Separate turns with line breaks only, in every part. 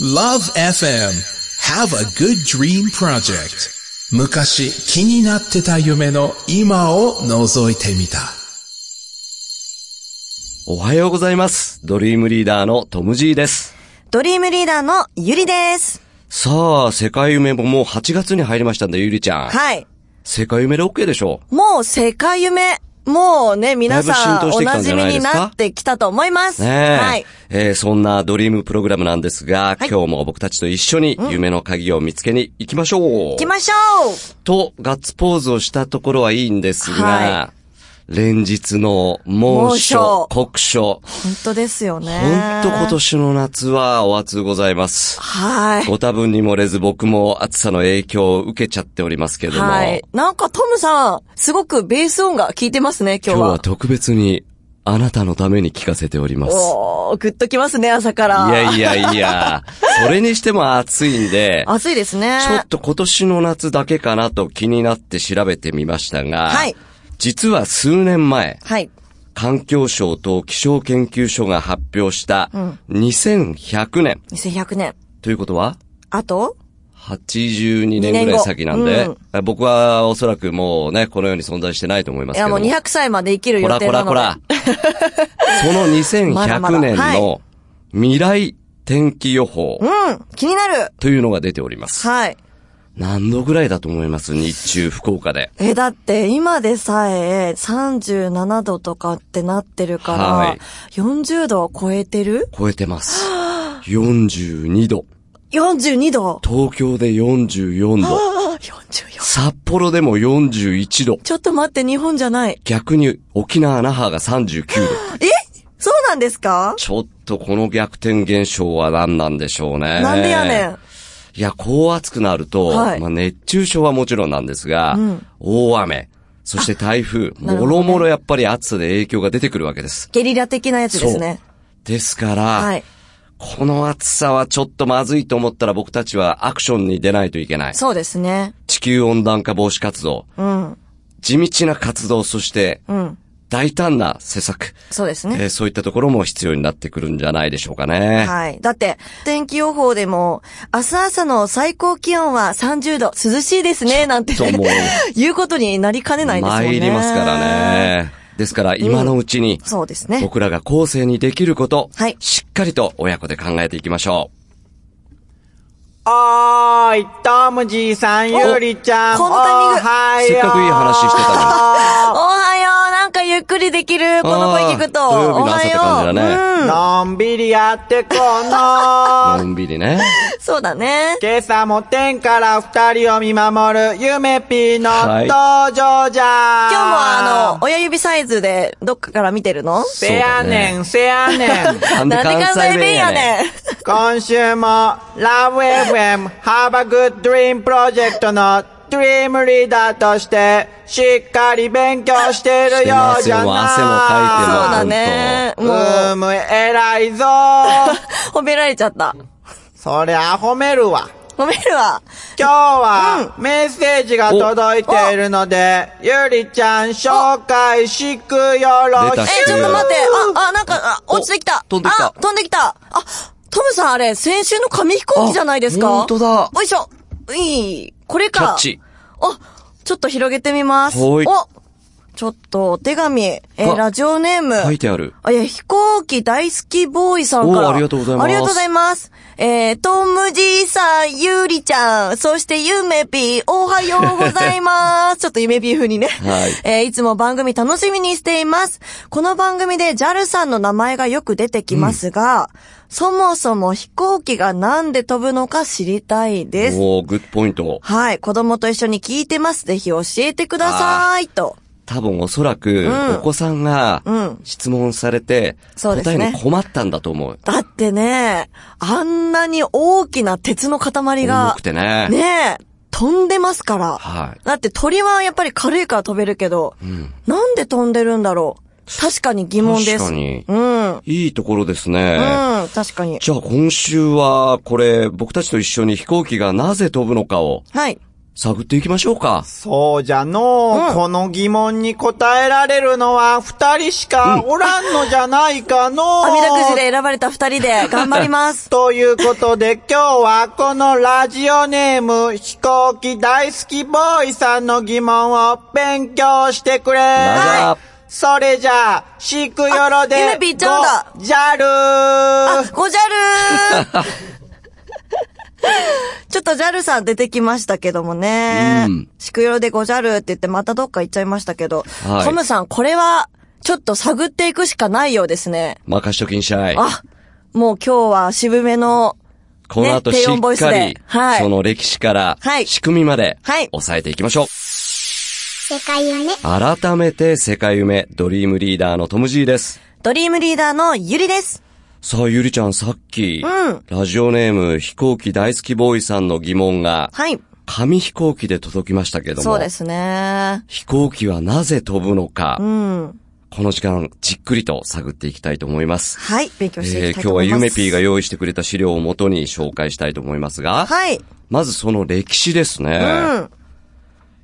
Love FM Have a Good Dream Project 昔気になってた夢の今を覗いてみた。
おはようございます。ドリームリーダーのトム・ジーです。
ドリームリーダーのゆりです。
さあ、世界夢ももう8月に入りましたんで、ゆりちゃん。
はい。
世界夢で OK でしょ
もう世界夢、もうね、皆
だいぶ浸
さ
透
ん
し
お
てきたん
馴
じゃ
染
な
み
いで
に
すか
なってきたと思います。
ねえ。
はい。
えーそんなドリームプログラムなんですが、
はい
今日も僕たちと一緒に夢の鍵を見つけに行きましょう。
行きましょ
と、ガッツポーズをしたところはいいんですが、
は
連日の猛暑、
猛暑
酷暑、
う本当ですよね。
ほんと今。年の夏はお暑うございます。
はい。
ご多分に漏れず僕も暑さの影響を受けちゃっておりますけれども、
はい。なんかトムさん、すごくベース音が効いてますね、今
今日
日は。
は特別にあなたのために聞かせております。
おー、ぐっときますね、朝から。
いやいやい や、それにしても暑いんで、
暑いですね。
ちょっと今年の夏だけかなと気になって調べてみましたが、
はい
実は数年前、
はい。
環境省と気象研究所が発表した
ん
2100年、
2100年。
ということは
あと
82年ぐらい先なんで
二年、
僕はおそらくもうね、この世に存在してないと思いま
い
すけ
や、
ど
も
も。
う200歳まで生きる
こ
予
ら
定
こ
な
ら
ので。
こら。 その
まだまだ
2100年
は
の未来天気予報
うん、気になる。
というのが出ております。
はい。
何度ぐらいだと思います日中福岡で。
え、だって今でさえ37度とかってなってるから、
はい
40度を超えてる
超えて ます。42度。
?42 度
東京で44度。
ああ、44。
札幌でも41度。
ちょっと待って、日本じゃない。
逆に沖縄那覇が39度。
えそうなんですか、
ちょっとこの逆転現象は何なんでしょうね。
なんでやねん。
いや、こう暑くなると、
はい
まあ、熱中症はもちろんなんですが、
うん
大雨、そして台風、も
なるほどね
ろもろやっぱり暑さで影響が出てくるわけです。
ゲリラ的なやつですね。
ですから、
はい。
この暑さはちょっとまずいと思ったら僕たちはアクションに出ないといけない。
そうですね。
地球温暖化防止活動、
うん。
地道な活動、そして
うん。
大胆な施策、
そうですね。
えーそういったところも必要になってくるんじゃないでしょうかね。
はい。だって、天気予報でも、明日朝の最高気温は30度、涼しいですね、 なんて、
ともう
言うことになりかねないですもんね。
参りますから。ね。ですから今のうちに、
そうですね。
僕らが後世にできること、
はい
しっかりと親子で考えていきましょ
おーい、トムジーさん、ゆりちゃん。
このタイミング
おは
う。
よう
せっかくいい話してた
おはようなんかゆっくりできるこの声聞くと。
あー土曜日の
おは
朝って
よ
感じ
う
だね
うん
のんびりやってこの。
のに。のんびりね。
そうだね。
今朝も天から二人を見守る、ゆめぴーの
はい
登場じゃ
今日もあの、、親指サイズでどっかから見てるの
せやねん、せやね ん。
な
なんで関西弁やねん。
今週も、Love FM Have a Good Dream Project の Dream リーダーとして、しっかり勉強してるようじゃない。
してます
そう
よ
だね。
う
も
ー
う、
む、偉いぞ ー。
褒められちゃった。
そりゃ褒めるわ。
褒めるわ。
今日は、メッセージが届いているので、ゆりちゃん紹介しくよろし
出た
え、ちょっと待って。あ、あ、なんか、あ、落ちてきた。
お飛んできた
あ、飛んできた。あ、トムさんあれ、先週の紙飛行機じゃないですか
あ本当だ
おいしょ。うい、これか。
キャッチ。
あ、ちょっと広げてみます。
ほい
おちょっと、お手紙、えー
あ
ラジオネーム。
書いてある。
あ、いや、飛行機大好きボーイさんから。
おーありがとうございます
ありがとうございます。えー、トムじいさん、ゆりちゃん、そしてゆめぴー、おはようござ います。ちょっとゆめぴー風にね。
はい
えーいつも番組楽しみにしています。この番組で JAL さんの名前がよく出てきますが、そもそも飛行機がなんで飛ぶのか知りたいです。
おー、グッドポイント。
はい。子供と一緒に聞いてます。ぜひ教えてください。と。
多分おそらく、
ん
お子さんが
うん、
質問されて、
そうです
答え
ね
に困ったんだと思う。
だってね、あんなに大きな鉄の塊
重
が
く、てね。
ねえ、飛んでますから。
はい
だって鳥はやっぱり軽いから飛べるけど、なんで飛んでるんだろう。確かに疑問です。
確かに
うん。うん、
いいところですね。
確かに。
じゃあ今週は、これ、僕たちと一緒に飛行機がなぜ飛ぶのかを、
はい。
探っていきましょうか。
そうじゃのう、
うん
この疑問に答えられるのは二人しかおらんのじゃないかのう。
あみだくじで選ばれた二人で頑張ります。
ということで今日はこのラジオネーム飛行機大好きボーイさんの疑問を勉強してくれ。
まだ
それじゃあ、シークヨロで
あ、夢ピーちゃんだ
ジャル
あ、ごじゃるー ちょっとジャルさん出てきましたけどもね。
うん
シクヨロでごじゃるって言ってまたどっか行っちゃいましたけど。
はい
コムさん、これは、ちょっと探っていくしかないようですね。
任しときんしゃい。
あ、もう今日は渋めの、
この後
ね
し
低音ボ
っ
イス
か
で
り、
はい
その歴史から
はい、
仕組みまで
はい、
抑えていきましょう。
世界をね、
改めて、世界夢、ドリームリーダーのトム・ジーです。
ドリームリーダーのゆりです。
さあ、ゆりちゃん、さっき、
うん
ラジオネーム、飛行機大好きボーイさんの疑問が、
はい。
紙飛行機で届きましたけども、
そうですね。
飛行機はなぜ飛ぶのか、
うん。
この時間、じっくりと探っていきたいと思います。
はい。勉強して
えー
い
今日
きたいと思
はい
ま
ゆ
す。
めぴーが用意してくれた資料をもとに紹介したいと思いますが、
はい。
まずその歴史ですね。
うん。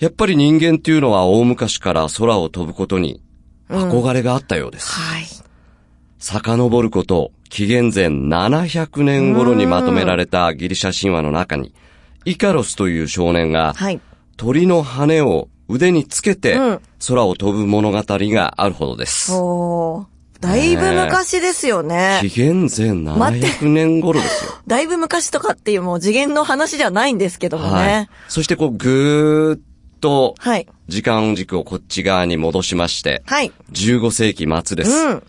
やっぱり人間っていうのは大昔から空を飛ぶことに憧れがあったようです。
はい。
遡ること、紀元前700年頃にまとめられたギリシャ神話の中に、イカロスという少年が、
はい。
鳥の羽を腕につけて
うん
空を飛ぶ物語があるほどです。
おー。だいぶ昔ですよね。
紀元前700年頃 ですよ。
だいぶ昔とかっていうもう次元の話ではないんですけども
はい
ね。。
そしてこうぐーっと
はい。
時間軸をこっち側に戻しまして、
はい。
15世紀末です。
うん。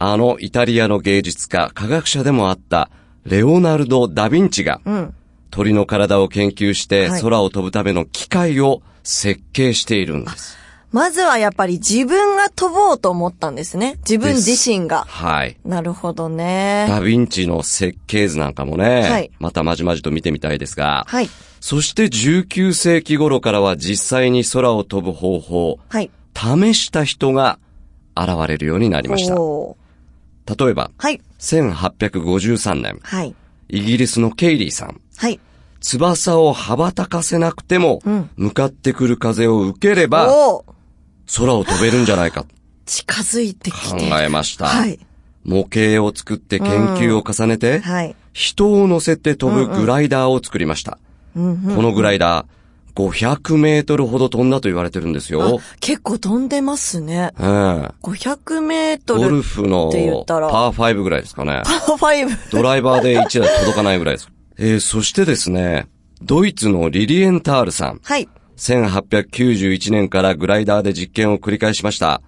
あのイタリアの芸術家、科学者でもあったレオナルド・ダ・ヴィンチが
うん。
鳥の体を研究して
はい
空を飛ぶための機械を設計しているんです。
まずはやっぱり自分が飛ぼうと思ったんですね。自分自身が。
はい。
なるほどね。
ダ・ヴィンチの設計図なんかもね、
はい
またまじまじと見てみたいですが、
はい。
そして19世紀頃からは実際に空を飛ぶ方法、
はい。
試した人が現れるようになりました。
おー
例えば、
はい。
1853年、
はい。
イギリスのケイリーさん。
はい。
翼を羽ばたかせなくても、
うん
向かってくる風を受ければ、
おー
空を飛べるんじゃないかと
近づいてき
考
て。
えました。
はい。
模型を作って研究を重ねて、
はい。
人を乗せて飛ぶグライダーを作りました。
うん
このグライダー、500メートルほど飛んだと言われてるんです
うん。あ
よ。
結構飛んでますね。
ええ
500メート
ゴル
ル。
フの
って言ったら
パー5ぐらいですかね。
パー5。
ドライバーで1台届かないぐらいです。えー、そしてですね、ドイツのリリエンタールさん。
はい。
1891年からグライダーで実験を繰り返しました。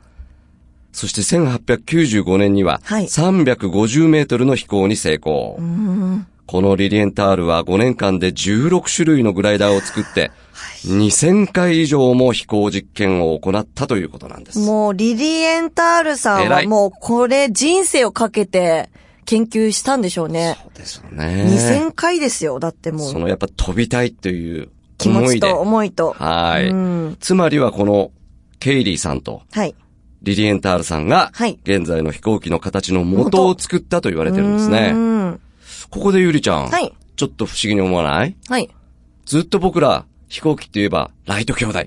そして1895年には、
はい
350メートルの飛行に成功。このリリエンタールは5年間で16種類のグライダーを作って、2000回以上も飛行実験を行ったということなんです。
もう、リリエンタールさん
偉
はいもう、これ、人生をかけて、研究したんでしょうね。
そうですよね。
2000回ですよ。だっても、
そうのやっぱ飛びたいという
気持
思
ち
いで。
と思いと。
はい、
うん
つまりはこの、ケイリーさんと、
はい。
リリエンタールさんが
はい、
現在の飛行機の形の元を作ったと言われてるんですね
う。ん。
ここでゆりちゃん、
はい
ちょっと不思議に思わない
はい。
ずっと僕ら、飛行機って言えば、ライト兄弟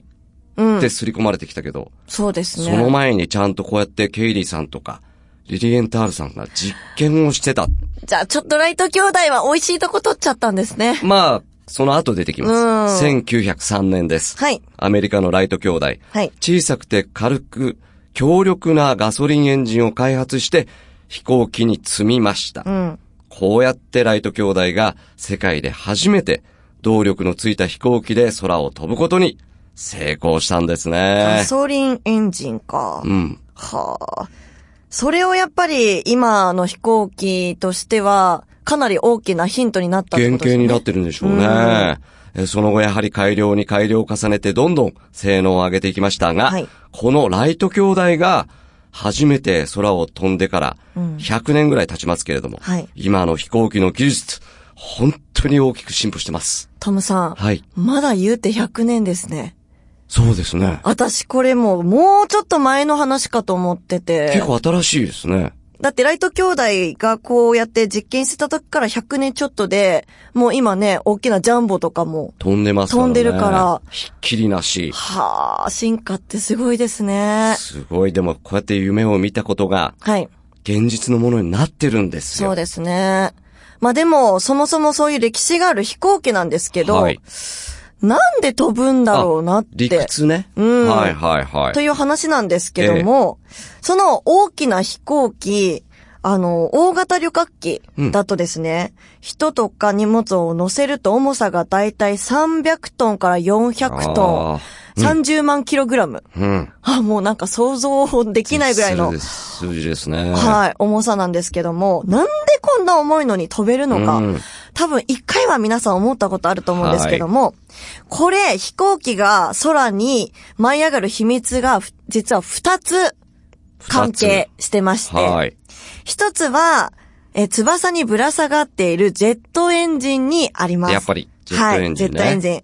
うん
って刷り込まれてきたけど、
そうですね。
その前にちゃんとこうやってケイリーさんとか、リリエンタールさんが実験をしてた。
じゃあ、ちょっとライト兄弟は美味しいとこ取っちゃったんですね。
まあ、その後出てきます。1903年です。
はい。
アメリカのライト兄弟。
はい。
小さくて軽く強力なガソリンエンジンを開発して飛行機に積みました。
うん。
こうやってライト兄弟が世界で初めて動力のついた飛行機で空を飛ぶことに成功したんです
ガ
ね。
ソリンエンジンか。
うん。
はあ。それをやっぱり、今の飛行機としては、かなり大きなヒントになったって
原
ことで
型
すね。
になってるんでしょうね。えその後やはり改良に改良を重ねてどんどん性能を上げていきましたが、
はい
このライト兄弟が初めて空を飛んでから100年ぐらい経ちますけれども、
はい
今の飛行機の技術、本当に大きく進歩してます。
トムさん。
はい。
まだ言うて100年ですね。
そうですね。
私これもう、もうちょっと前の話かと思ってて。
結構新しいですね。
だってライト兄弟がこうやって実験してた時から100年ちょっとで、もう今ね、大きなジャンボとかも。
飛んでますからね。
飛んでるから
ひっきりなし。
はあ、進化ってすごいですね。
すごい、でもこうやって夢を見たことが、
はい。
現実のものになってるんですよ。
そうですね。まあでも、そもそもそういう歴史がある飛行機なんですけど、
はい。
なんで飛ぶんだろうなって。
理屈ね。
うん
はいはいはい。
という話なんですけども、その大きな飛行機、あの、大型旅客機だとですね、人とか荷物を乗せると重さがだいたい300トンから400ト
あ
ン、30万キログラム。
うん。
あ、もうなんか想像できないぐらいの
数字で、す数字ですね。
はい、重さなんですけども、なんでこんな重いのに飛べるのか、
うん
多分一回は皆さん思ったことあると思うんですけども、これ飛行機が空に舞い上がる秘密が、ふ実は二つ関係してまして、
はい。
一つは、えー翼にぶら下がっているジェットエンジンにあります。
やっぱりジェットエンジンね
はい、ジェットエンジン。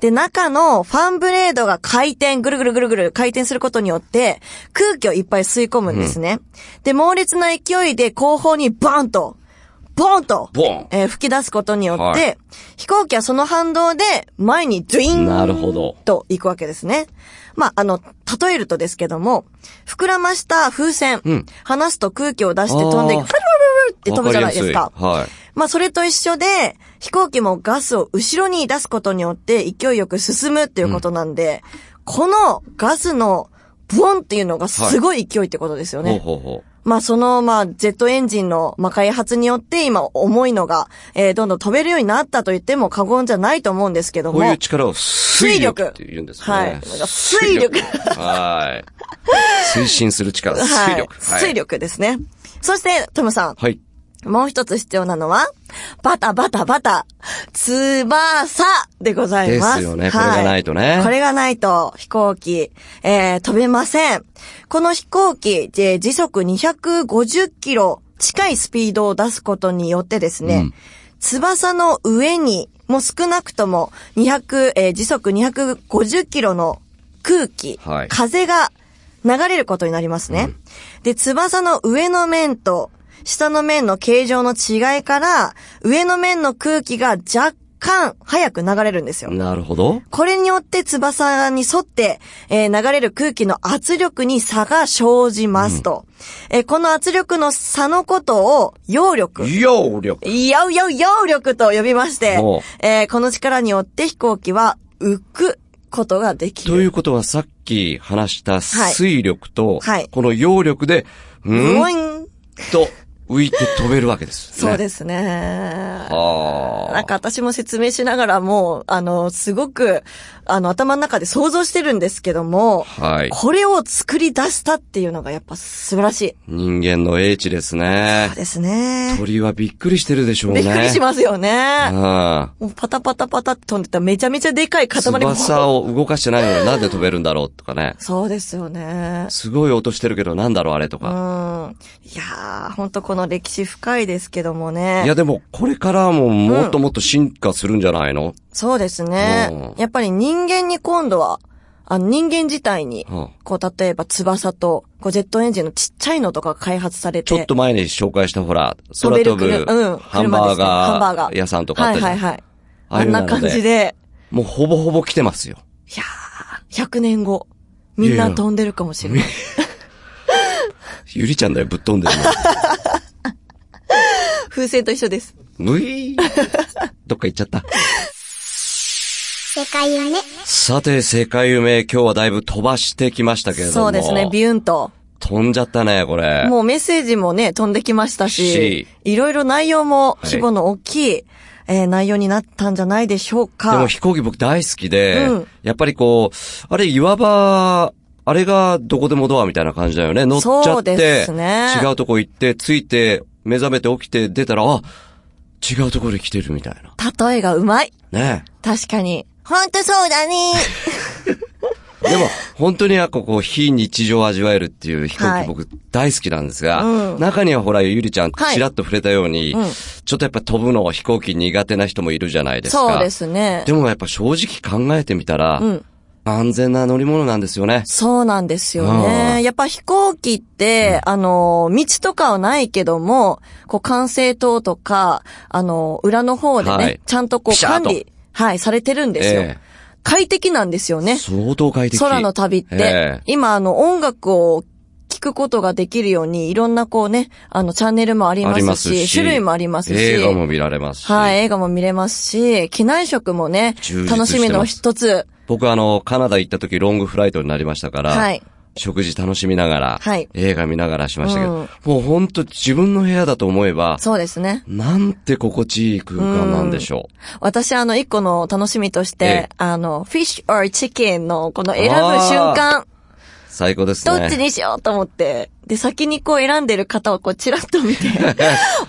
で、中のファンブレードが回転、ぐるぐるぐるぐる回転することによって、空気をいっぱい吸い込むんですね。で、猛烈な勢いで後方にバーンと、ボーンと、
ボーン
えー吹き出すことによって、
はい
飛行機はその反動で前にドゥイーン
なるほど
と行くわけですね。まあ、あの、例えるとですけども、膨らました風船、
うん
離すと空気を出して飛んでいく、
あー
フルルルルルって飛ぶじゃないですか
わ。りやすいはい。
まあ、それと一緒で、飛行機もガスを後ろに出すことによって勢いよく進むっていうことなんで、このガスのブオンっていうのがすごい勢いってことですよね。
ほうほうほ
まあその、まあジェットエンジンの、まあ、開発によって今重いのが、えーどんどん飛べるようになったと言っても過言じゃないと思うんですけ
う。
ども。
こういう力を水力って言うんですよね。
はい水力
はい。推進する力、水力。
はい。水。力ですね。そして、トムさん。
はい。
もう一つ必要なのは、バタバタバタ、つばさでございま
で
す。
すよねこれがないとね
これがないと飛行機、えー、飛べません。この飛行機、えー時速250キロ近いスピードを出すことによってですね、
うん
翼の上に、もう少なくとも200、えー時速250キロの空気、
はい
風が流れることになりますね。で、翼の上の面と下の面の形状の違いから、上の面の空気が若干早く流れるんですよ。
なるほど。
これによって翼に沿って、えー流れる空気の圧力に差が生じますと。えーこの圧力の差のことを、揚力。
揚力。
ようよう揚力と呼びまして
おう、
えーこの力によって飛行機は浮くことができ
とい
る。
うことはさっき話した水力と、
はい
この揚力で、う
ブオ
ん
イン
と浮いて飛べるわけです、ね。。
そうですすね。
ああ。
なんか私も説明しながらもう、あの、すごく、あの、頭の中で想像してるんですけども、
はい。
これを作り出したっていうのがやっぱ素晴らしい。
人間の英知ですね
そう。ですね。
鳥はびっくりしてるでしょう
び
ね。
っくりしますよね。
ああ
もうパタパタパタって飛んでたらめちゃめちゃでかい塊が
翼を動かしてないのになんで飛べるんだろうとかね。
そうですよね。
すごい音してるけどなんだろうあれと
うん。い
か。
やー、ほんとこの歴史深いですけどもね。
いやでもこれからももっともっと進化するんじゃないの、
そうですね
う。ん
やっぱり人間に今度は、あの人間自体に、
うん
こう、例えば翼と、こう、ジェットエンジンのちっちゃいのとか開発されて。
ちょっと前に紹介したほら、
飛べ
空飛
る
ぶ、
車うん、
ハン
車
バ
で
ー
すねハンバ
ガ
ーガー
ー屋さんとかあったじゃん。
はいはいはい。
ああ
あ
いうんの
な
で
感じで、
もうほぼほぼ来てますよ。
いやー、100年後、み
い
ん
やい
な
や
飛んでるかもしれない。
ゆりちゃんだよ、ぶっ飛んでる
風船と一緒です。
の。 ういーどっか行っちゃった。
世界夢
さて、世界夢、今日はだいぶ飛ばしてきましたけれども。
そうですね、ビューンと。
飛んじゃったね、これ。
もうメッセージもね、飛んできましたし
し、
いろいろ内容も
い
規模の大きい、えー内容になったんじゃないでしょうか。
でも飛行機僕大好きで、
うん
やっぱりこう、あれ岩場、あれがどこでもドアみたいな感じだよね。乗っちゃ
そう
っ
で
て、
すね
違うとこ行って、着いて、目覚めて起きて出たら、あ、違うところに来てるみたいな。
例えがうまい。
ね
確かに。ほんとそうだね。
え。 でも、本当になんかこう、非日常を味わえるっていう飛行
はい
機僕大好きなんですが、
うん
中にはほら、ゆりちゃん、
はい
ちらっと触れたように、
うん
ちょっとやっぱ飛ぶの飛 行機苦手な人もいるじゃないですか。
そうですね。
でもやっぱ正直考えてみたら、
うん。
安全な乗り物なんですよね。
そうなんですよ
うん
ね。やっぱ飛行機って、あの、道とかはないけども、こう、管制塔とか、あの、裏の方でね、
はい
ちゃんとこ
ピ
う、
シャー
管
と
理、はい、されてるんですよ。
え
快適なんですよ
え
ね。
相当快適。
空の旅って。
ええ
今、あの、音楽を聴くことができるように、いろんなこうね、あの、チャンネルもあり
あ
ま
りますす
し、
し。
種類もありますし。
映画も見られますし。
はい、映画も見れますし、機内食もね
充実して、ます
楽しみの一つ。
僕あの、カナダ行った時ロングフライトになりましたから、
はい
食事楽しみながら、
はい
映画見ながらしましたけど、
うん
もうほんと自分の部屋だと思えば、
そうですね。
なんて心地いい空間なんでしょう。
私、あの、一個の楽しみとして、
ええ
あの、フィッシュ or チキンのこの選ぶ瞬間、
最高です
ど
ね。
っちにしようと思って、で、先にこう選んでる方をこうチラッと 見て、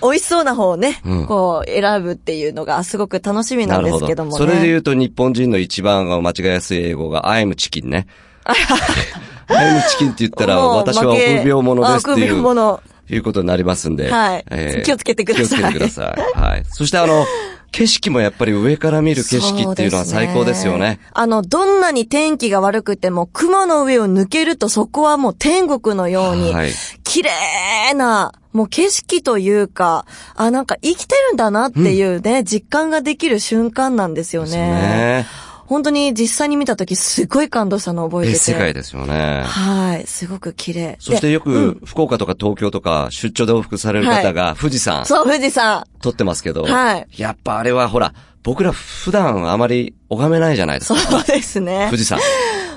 美味しそうな方をね、
うん
こう選ぶっていうのがすごく楽しみなんですけどもね。
それで言うと日本人の一番間違いやすい英語が、I'm チキン ね。I'm チキンって言ったら、
もう
私は
負け
臆病者ですって
あ
い
臆病
う、
者。
いうことになりますんで。
はい気をつけてください
気をつけてください。はい。 そしてあの、景色もやっぱり上から見る景色っていうのは最高ですよ
そう
ね。。
あの、どんなに天気が悪くても、雲の上を抜けるとそこはもう天国のように、
はい
綺麗な、もう景色というか、あ、なんか生きてるんだなっていうね、実感ができる瞬間なんですよね。
ですね。
本当に実際に見た時すごい感動したのを覚えてて。
別世界ですよね。
はい、すごく綺麗。
そして
で
よく、福岡とか東京とか出張で往復される方が富士山
そう、富士山。
撮ってますけど、
はい
やっぱあれはほら、僕ら普段あまり拝めないじゃないです
そ
か。
うですね
富。士山。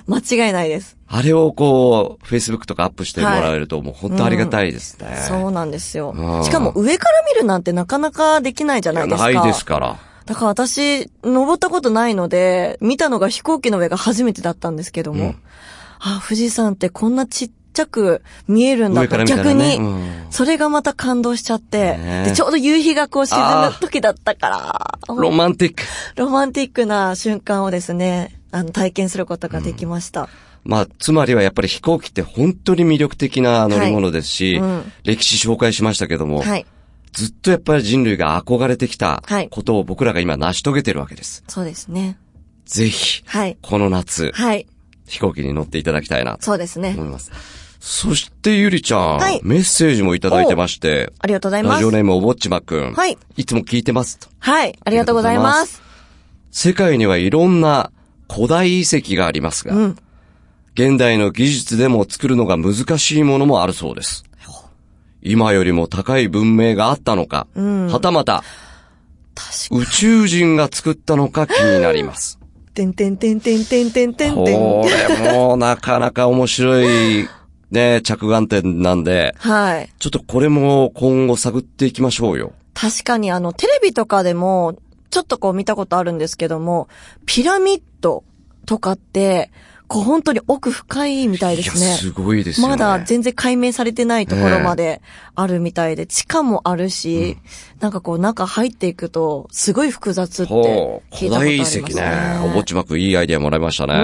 間違いないです。
あれをこう、Facebook とかアップしてもらえると、もう本当ありがたいですね。
そうなんですよ
うん。
しかも上から見るなんてなかなかできないじゃないですか。
ないですから。
だから私、登ったことないので、見たのが飛行機の上が初めてだったんですけども、
うん
あ、富士山ってこんなちっちゃく見えるんだ
上
と、
から見た
逆
らね。
に、
うん
それがまた感動しちゃって、
ねえ
で、ちょうど夕日がこう沈
あ
む
ー
時だったから、
ロマンティック。
ロマンティックな瞬間をですね、あの、体験することができました。
まあ、つまりはやっぱり飛行機って本当に魅力的な乗り物ですし、
はいうん
歴史紹介しましたけども、
はい。
ずっとやっぱり人類が憧れてきた
はい
ことを僕らが今成し遂げてるわけです。
そうですね。
ぜひ、
はい。
この夏、
はい。
飛行機に乗っていただきたいなと
そうですね
思。います。そしてゆりちゃん、
はい
メッセージもいただいてまして、
ありがとうござい
ラ
ま
ジ
す
オ。ネームおぼっちまくん。
はい。
いつも聞いてますと。
はい。ありがとうございます。
世界にはいろんな古代遺跡がありますが、
うん
現代の技術でも作るのが難しいものもあるそうです。今よりも高い文明があったのか、はたまた
確
宇
か
宙人が作ったのか気になり ます。
てんてんてんてんてんてんてん
こ
てん。
れもなかなか面白いね、着眼点なんで、
はい。
ちょっとこれも今後探っていきましょうよ。
確かにあの、テレビとかでも、ちょっとこう見たことあるんですけども、ピラミッドとかって、こう本当に奥深いみたいで
いや、
すね。
すごいですよね。
まだ全然解明されてないところまであるみたいで、地下もあるし、なんかこう中入っていくと、すごい複雑って
ほう、
聞い
古
たことあ
代
り
遺
ます
跡
ね。
ね。おぼっちまくんいいアイディアもらいましたね。
う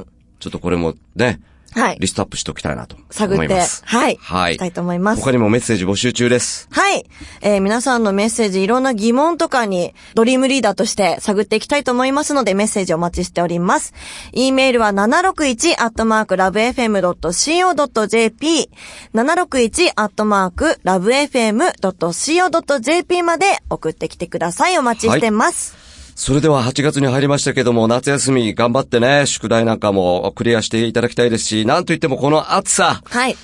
ん。
ちょっとこれもね、
はい
リ。ストアップしておきたいなと思います。
探って、はい。
はい。
したいと思います。
他にもメッセージ募集中です。
はい。えー皆さんのメッセージ、いろんな疑問とかに、ドリームリーダーとして探っていきたいと思いますので、メッセージお待ちしております。e メールは 761-lovefm.co.jp、761-lovefm.co.jp まで送ってきてください。お待ちしてます。
それでは8月に入りましたけども、夏休み頑張ってね、宿題なんかもクリアしていただきたいですし、なんといってもこの暑さ、
はい。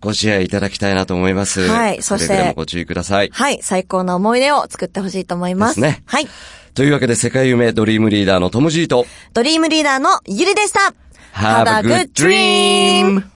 ご支援いただきたいなと思います。
はいそして
くれぐれもご注意ください。
はい。最高な思い出を作ってほしいと思います。
ですね
はい。
というわけで、世界夢ドリームリーダーのトム・ジーと、
ドリームリーダーのゆりでした。
Have a good dream!